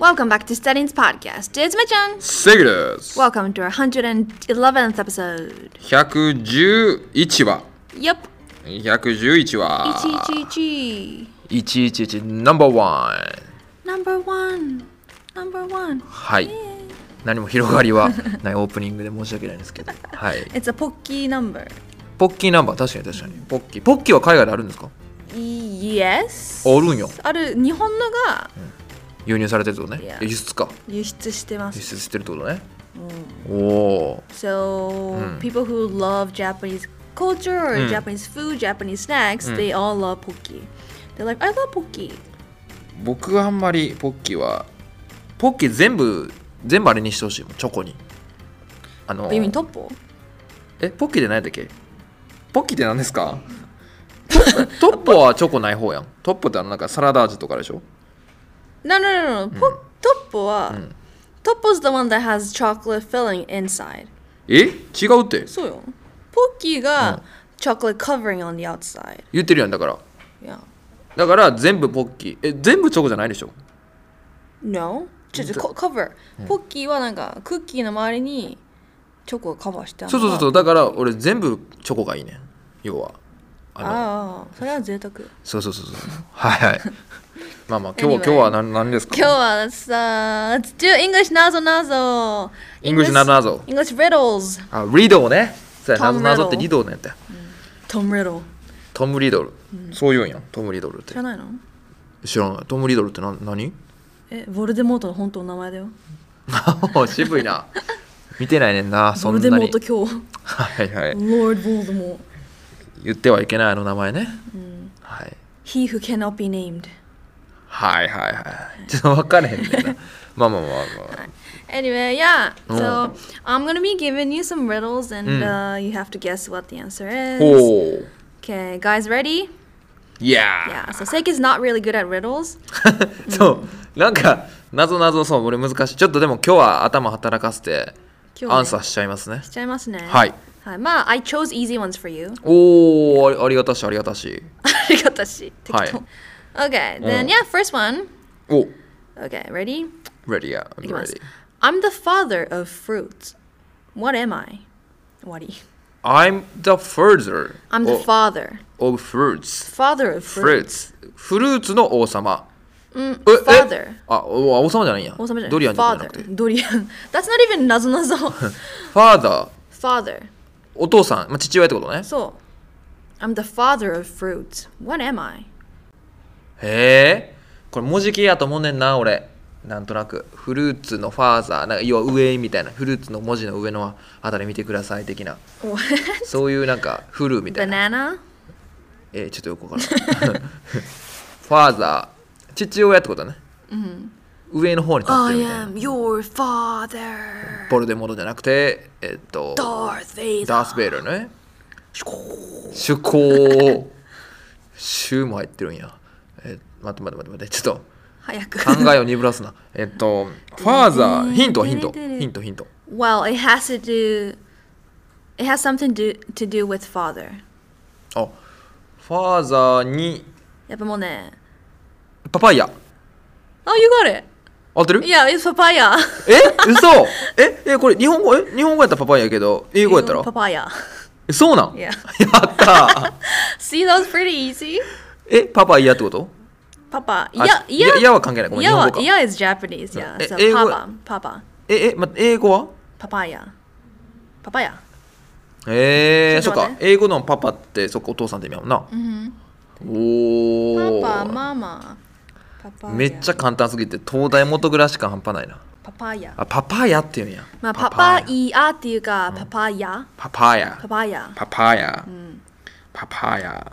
Welcome back to Studying's podcast. It's my chan. セグです。 Welcome to our 111th episode. 111話。 Yep. 111話。 111. 111ナンバーワン。 Number one. Number one. はい。何も広がりはないオープニングで申し訳ないんですけど。はい。 It's a pokey number. ポッキーナンバー、確かに確かに。ポッキー。ポッキーは海外であるんですか Yes. あるんよ。ある日本のが輸入されてるってことね。いや輸出か。輸出してま輸す。出してるってことね。お So people who love Japanese culture, or Japanese food, Japanese snacks, they all love pokey. They're like, I love pokey. お。僕はあんまりポッキーは、ポッキー全部、全部あれにしてほしいもん。チョコに。あの What do you mean, toppo? えポッキーでないだっけポッキーって何ですかトッポはチョコない方やんトッポってあのなんかサラダ味とかでしょ No, no, no, no. Po- Toppo は、Toppo's the one that has chocolate filling inside. え違うってそうよ。ポッキーが、chocolate covering on the outside. 言ってるやんだから Yeah. だから全部ポッキーえ全部チョコじゃないでしょ No? ちょちょ、こ cover。ポッキーはなんか、クッキーの周りにチョコをカバーしてある。そうそうそうそううだから俺全部チョコがいいねん要はあのああ、それは贅 沢。そうそうそうそうはいはいまあまあ今日 Anyway は今日は何何ですか今日はさ、Let's do English なぞなぞ。 English なぞなぞ English riddles. あリドーねそうや Tom なぞなぞって Riddle リドーなんやったよ Tom Riddle. トム・リドル、そう言うんやんトム・リドルっ知てらないの知らないトム・リドルってな何 え、ヴォルデモートの本当の名前だよ。お渋いな見てないねんなヴそォんルなデモにート教皇。はいはい Lord Voldemort. 言ってはいけないあの名前ね、はい、 He who cannot be named. はいはいはいちょっと分かれへんねん なまあまあまあまあ、 Anyway, yeah. So I'm gonna be giving you some riddles, and uh, you have to guess what the answer is. ほう Okay, guys, ready? いや Yeah. So Seik is not really good at riddles. ーそうなんかなぞなぞそう俺難しいちょっとでも今日は頭働かせて今日はねアンサーしちゃいますねしちゃいますね。はい。はい。まあ、I chose easy ones for you. おおありありがたしありがたしはい。ありがたし。適当。Okay, then yeah, first one. お Okay, ready? ready yeah I'm いきます。 ready I'm the father of fruits. What am I? What are you? I'm the further I'm the of, father. of fruits Father of Oh. fruits Uh, フルーツの王様うん、ええ father. あ、おあ王様じゃないんや。王様じゃないドリアンじゃなくて。 Father. ドリアン。That's not even なぞなぞ。ファーダー、 Father. お父さん、まあ、父親ってことね。そう。I'm the father of fruits. What am I? へえ。これ文字系やと思うねんな、俺。なんとなく。フルーツのファーザー、なんか要は上みたいな。フルーツの文字の上のあたり見てください的な。 What? そういうなんか、フルみたいな。 Banana? えーちょっとよくわから ない。ファーザー、父親ってことね。上の方に立って I るみたいな。 am your father. ボルデモードじゃなくて、えっと、 Darth Vader. ダース・ベイダーね。趣向。シューも入ってるんや。え、待って待って待って待って、ちょっと。早く。考えを鈍らすな。えっと、ファーザー、ヒント、ヒント、ヒント、ヒント。 Well, it has to do. It has something to to do with father. あ、ファーザーに、やっぱもうね。パパイヤ。 Oh, you got it. 合ってる Yeah, it's papaya. え嘘ええ、これ日本語、え日本語やったらパパイヤやけど、英語やったら Papaya. えそうなん Yeah. やったー See, that was pretty easy. え、パパイヤってことパパ。あいや、いや。いやは関係ない。ごめん、い日や本は語か。いや is Japanese. Yeah. え So 英語 papa, papa, え、え、ま、英語は papaya, papaya. えー、ちょそっっと待かっ。て英語のパパって、そっか、お父さんって意味やもんな。お Papa, ー。 mama, papaya. めっちゃ簡単すぎて、東大元暮らし感半端ないな。 papaya. あ、パパイヤって言うんや。まあ、パパパパイヤイヤっていうか、パパイヤ、パパイヤパ。パイヤ。パパイヤ。パパイヤ。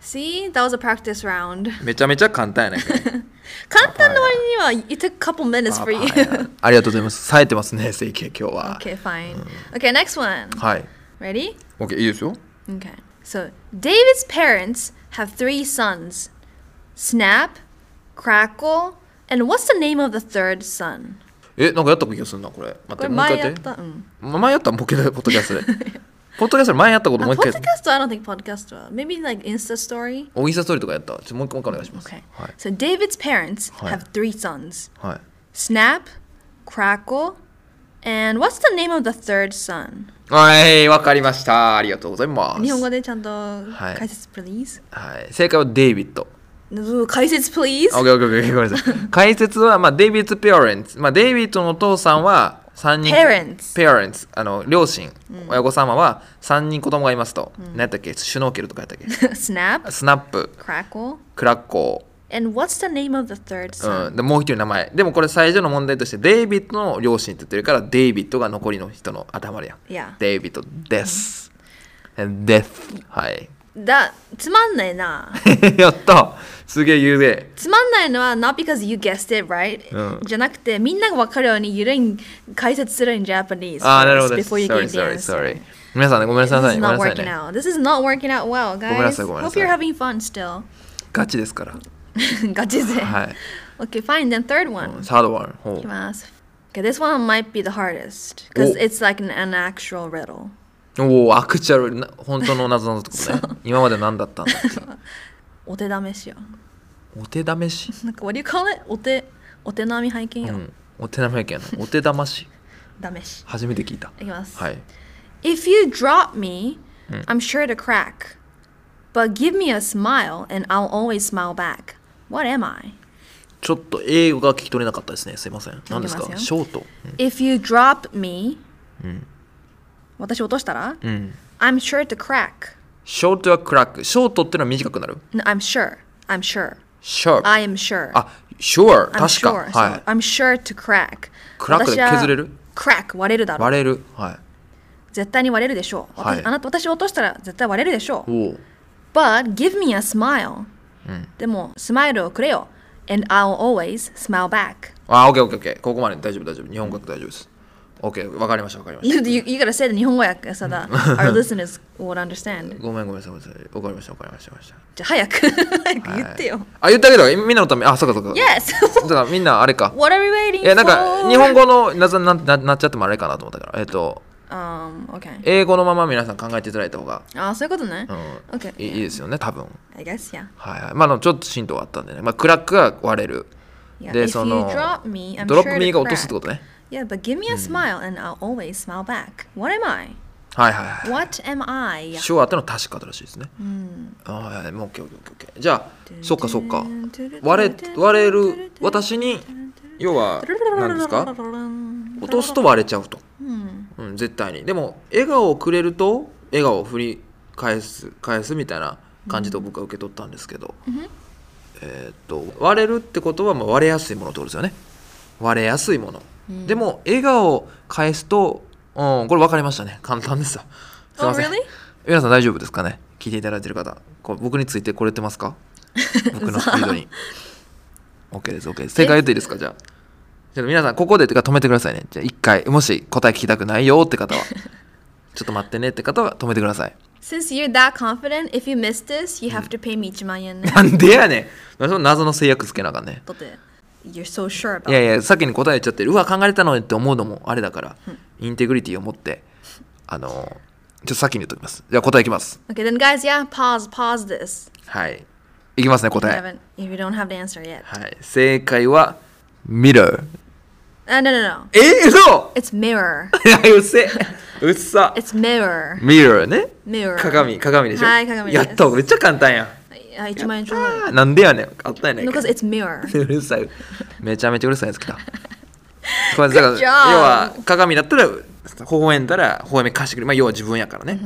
See, that was a practice round. めちゃめちゃ簡単やねんけ ど。簡単な割には、it took a couple minutes パ for パ you. イヤありがとうございます。冴えてますね、整形今日 は。okay, fine. Okay, next one. はい。 Ready? OK、いいですよ。 Okay. So, David's parents have three sons Snap, Crackle, and what's the name of the third son? Mm. え、なんかやった気がするな、これ。待っこれて、もう前一回ややっって。た。うん。ま前やったポケポッドキャスト で。ポッドキャストで前やったことあ、もポう一ッド回キやャっスた。ト、I don't think podcast は。Maybe like Insta story? おインスタストーリーとかやった。ちょっともう一回もう一回お願いします。 Okay. はい。 So David's parents はい have three sons はい。 Snap, Crackle, and what's the name of the third son? はい、わかりました。ありがとうございます。日本語でちゃんとはい解説 please、はい、正解はデイビッうド。ん解説 please オッケーオッケーオッケーごめんな さい。解説は、まあ、デイビッド・ペアレンツ。まあ、デイビッドのお父さんは3人。 Parents ペアレンツ。あの、両親、親御様は3人子供がいますと。何やったっけシュノーケルとかやったっ け Snap, スナップ、 Crackle, クラッコ and what's the name of the third ー、う son? ん、でもう一人の名前。でもこれ最初の問題として、デイビッドの両親って言ってるから、デイビッドが残りの人の頭でやん。 Yeah デイビッドです。And death. はい。 だ、つまんないな。やったすげえ言うで。つまんないのは not because you guessed it right、うんじゃなくてみんながわかるようにゆるい解説する in Japanese ああ、なるほどです。 before you sorry, give the sorry, answer sorry. 皆さんね、ごめんな This さ is いね。ごめ not んなさ working いね。 out. This is not working out well, めんな guys. さいごめんな Hope さい you're having fun still. ガチですから。ガチ勢。はい。 Okay, fine. Then third one. サードワン。ほういきます。Okay, this one might be the hardest because お it's like an, an actual riddle. おお、アクチュアルな、本当の謎のってことね。今まで何だったん だっていう。お手試しよ。お手試しなんか What do you call it? お手お手並み拝見うよ。ん。お手並みやけん。お手騙し。試し。初めて聞いた。いきます。はい。 If you drop me, I'm sure to crack. But give me a smile and I'll always smile back. What am I? ちょっと英語が聞き取れなかったですね。すいません。何ですいきまかすショート。 If you drop me, Mm. 私落としたら、うん。 I'm sure to crack. ショートはクラック。ショートってのは短くなる No, I'm sure. I'm sure. シャープ。 I am sure. あ、I'm sure。確 sure. か。は So, い。 I'm sure to crack. クラック私では削れる crack 割れるだろう。割れる。はい。絶対に割れるでしょう。はい私あなた私落としたら絶対割れるでしょう。おお。 But give me a smile. Mm. でも、スマイルをくれよ。And I'll always smile back. あ、オッケーオッケーオッケー。ここまで大丈夫大丈夫。日本語大丈夫です。オッケー、わかりましたわかりまし You, you, you gotta say the 日本語やからさだ。Our Mm. listeners would understand. た。ごめんごめんなさいごめんなさい。わかりましたわかりましたわかりました。じゃあ早く、早く言ってよ。あ、言ってあげたらみんなのため。あ、そうかそうか。 Yes! だからみんなあれか。 What are we waiting い for? やなんか日本語のななななっちゃってもあれかなと思ったから。えっ、と Um, okay. 英語のまま皆さん考えていただいた方が、ああ、そういうことね。うん、 Okay. いいいですよね多分。 I guess, yeah. はいはい。まああのちょっと浸透はあったんでね。まあクラックが割れる。 Yeah, で if その you drop me, I'm ドロップ sure ミー to が落とすっ crack. てことね。 Yeah, but give me a smile and I'll always smile back. What am I? はいはいはい。 What am I? 手話ってのは確かだらしいですね。はいはいもうオッケーオッケーオッケー。じゃあそっかそっか。割れ割れる私に要は何ですか落とすと割れちゃうと、うん、絶対にでも笑顔をくれると笑顔を振り返す返すみたいな感じと僕は受け取ったんですけど、えーっと割れるってことはまあ割れやすいものってことですよね割れやすいもの、でも笑顔を返すと、うん、これ分かりましたね簡単ですよすいません、 Oh, really? 皆さん大丈夫ですかね聞いていただいてる方こう僕についてこれてます か僕のスピードに OK です OK です正解言っていいですかじゃあちょっと皆さんここでてか止めてくださいねじゃあ一回もし答え聞きたくないよって 方はちょっと待ってねって方は止めてください Since you're that confident, if you miss this, you have to pay me 1万円ね。 なんでやねんその謎の制約つけなあかんねだって、you're so sure いや about いや先に答え言っちゃってるうわ考えれたのにって思うのもあれだから、インテグリティを持ってあのーちょっと先に言っときますじゃあ答えいきます Okay, then guys, yeah, pause, pause this. はいいきますね If you 答え haven't, if you don't have the answer yet. はい正解はミラー Uh, no, no, no. え嘘 It's mirror. いやうっせうっさ It's mirror. ミラーね Mirror. 鏡鏡でしょはい鏡ですやっためっちゃ簡単やんあ、1万円ちょうだい。あーなんでやねん簡単やねん Because it's mirror. うるさいめちゃめちゃうるさいやつ 来たこれだから job 要は鏡だったら微笑んだら微笑み貸してくれるまあ要は自分やからね、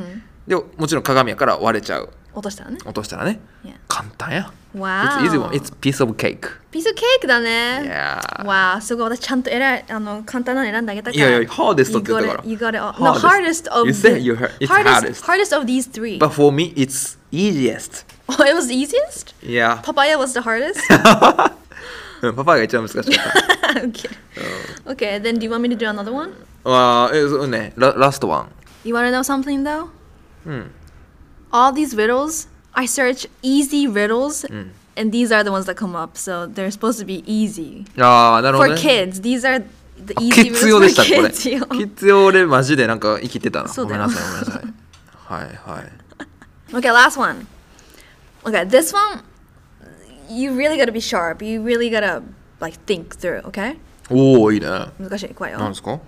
でももちろん鏡やから割れちゃう落とした らね。落としたらね Yeah. 簡単や Wow. It's easy one It's piece of cake ピースケーキだね。 Yeah. わあ、すごい。私ちゃんと偉い、あの、簡単なの選んであげたから。いやいや hardest って言ったから You got it, you got it all. No, Hardest. hardest of You said you heard- it's hardest. hardest, hardest of these three. But for me it's easiest Oh, it was the easiest? Yeah Papaya was the hardest? うんパパが一番難しかった okay. Oh. Okay, then do you want me to do another one? あーえそうねララストワン You want to know something though? All these riddles, I search easy riddles, and these are the ones that come up. So they're supposed to be easy ああなるほど、 for ね、 kids. These are the あ easy 必要で riddles した for ねこれ kids. yo. 必要でマジでなんか生きてたなそごうめだんよなさいごめんなさいはいはい Okay, last one. Okay, this one, you really gotta be sharp. You really gotta like think through. Okay. おおいいね難しい、怖いよ。なんですか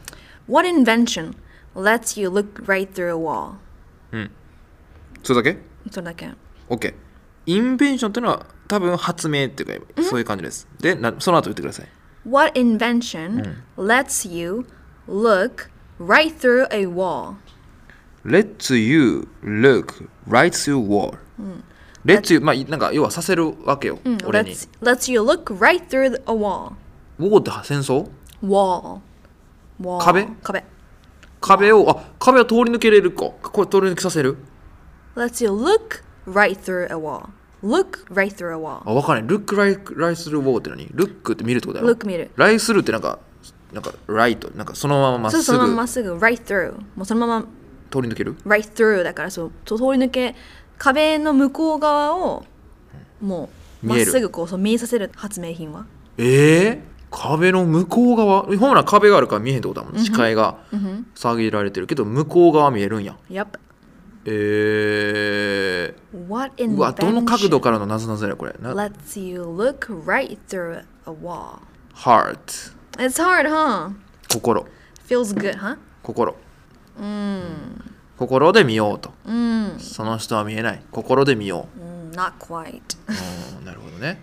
What invention lets you look right through a wall? それだけそれだけ。 OK インベンションっていうのは多分発明っていうかそういう感じですでなその後言ってください What invention lets you look right through a wall? Let's you look right through wall、Let's you まあなんか要はさせるわけよ、俺に Let's, lets you look right through the- a wall. War って戦争 Wall. wall. 壁壁。壁をあ壁を通り抜けれるかこれ通り抜けさせる Lets you look right through a wall. Look right through a wall. あ分からない Look like right through wall って何 Look って見るってことだろ Look 見る Right through ってなんかなんか right なんかそのまままっそうすそのまままぐっすぐ right through もうそのまま通り抜ける right through だからそうそう通り抜け壁の向こう側をもうま見っえるすぐこうそう見えさせる発明品はえー、壁の向こう側ほら壁があるから見えへんってことだもんね視界が遮られてるけど向こう側見えるんや Yep えー、 What うわどの角度 invention からのなぞなぞやこれな Uh, lets you look right through a wall Heart It's hard huh 心 Feels good huh 心心で見ようとその人は見えない心で見よ Mm, Not quite ううんなるほどね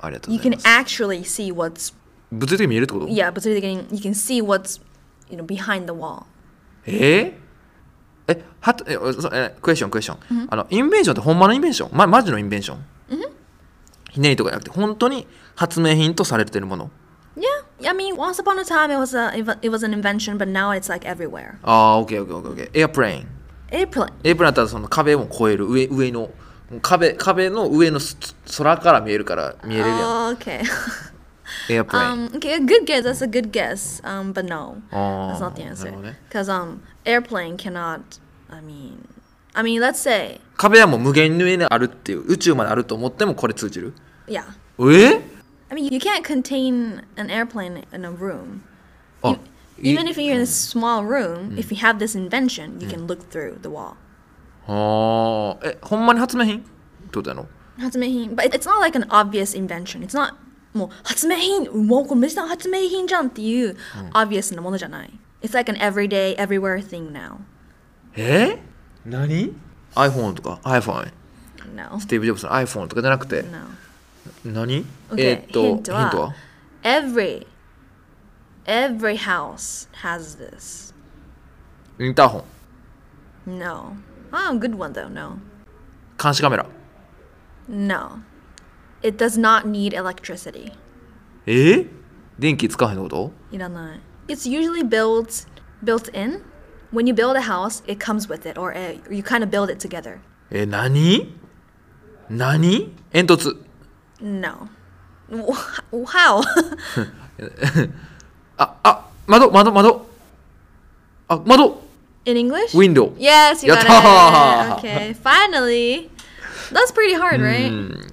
ありがと う You ござい can ます actually see what's 物理的に見えるってこと yeah but you can see what's you know behind the wall えー、えはとえそえクエスチョンクエスチョン、あのインベンションってほんまのインベンション、ま、マジのインベンション、ひねりとかじゃなくて本当に発明品とされてるもの Yeah, I mean, once upon a time it was a it was an invention, but now it's like everywhere. ああオッケーオッケーオッケーオッケーエアプレイン Airplane. エアプレインだったらその壁も越える上上の壁壁の上のす空から見えるから見えれるやん Oh, okay. エアプレイン、 um, okay, a good guess. That's a good guess. Um, but no, that's not the なる answer. ほどね Because um, airplane cannot. I mean, I mean, let's say 壁はもう無限に上にあるっていう宇宙まであると思ってもこれ通じる yeah. えー I mean, you can't contain an airplane in a room. あ Even if you're in a small room, if you have this invention, you can look through the wall. あーえほんまに発明品ってことやの発明品 but it's not like an obvious invention it's not もう発明品もうこれめっちゃ発明品じゃんっていう obvious なものじゃない it's like an everyday everywhere thing now えー、何 ?iPhone とか iPhone no スティーブ・ジョブズの iPhone とかじゃなくて no 何、 Okay, えーっとヒントはヒントは every every house has this インターホン no oh good one though no 監視カメラ no it does not need electricity えー、電気使わへんのこといらない it's usually built built in when you build a house it comes with it or uh, you kind of build it together えー、何何煙突 No. Wh- How? ああ窓窓窓あ窓 In English? ウィンドウ Yes, you やったー got it. Okay, finally. That's pretty hard, right?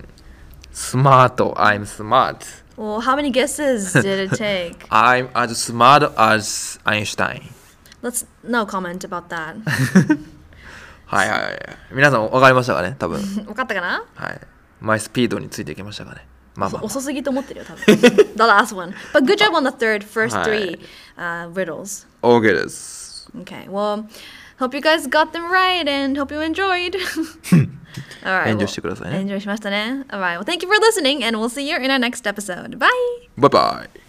スマート I'm smart Well, how many guesses did it take? I'm as smart as Einstein Let's no comment about that. はいはいはい皆さん分かりましたかね多分わかったかなはいマイスピードについていけましたかねまあまあまあ遅すぎと思ってるよ、多分。The last one. But good job on the third, first はい three uh, riddles. OK です Okay, well, hope you guys got them right and hope you enjoyed. All right. 遠慮してくださいね eh? Enjoy しましたね。All right, well, thank you for listening and we'll see you in our next episode. Bye! バイバイ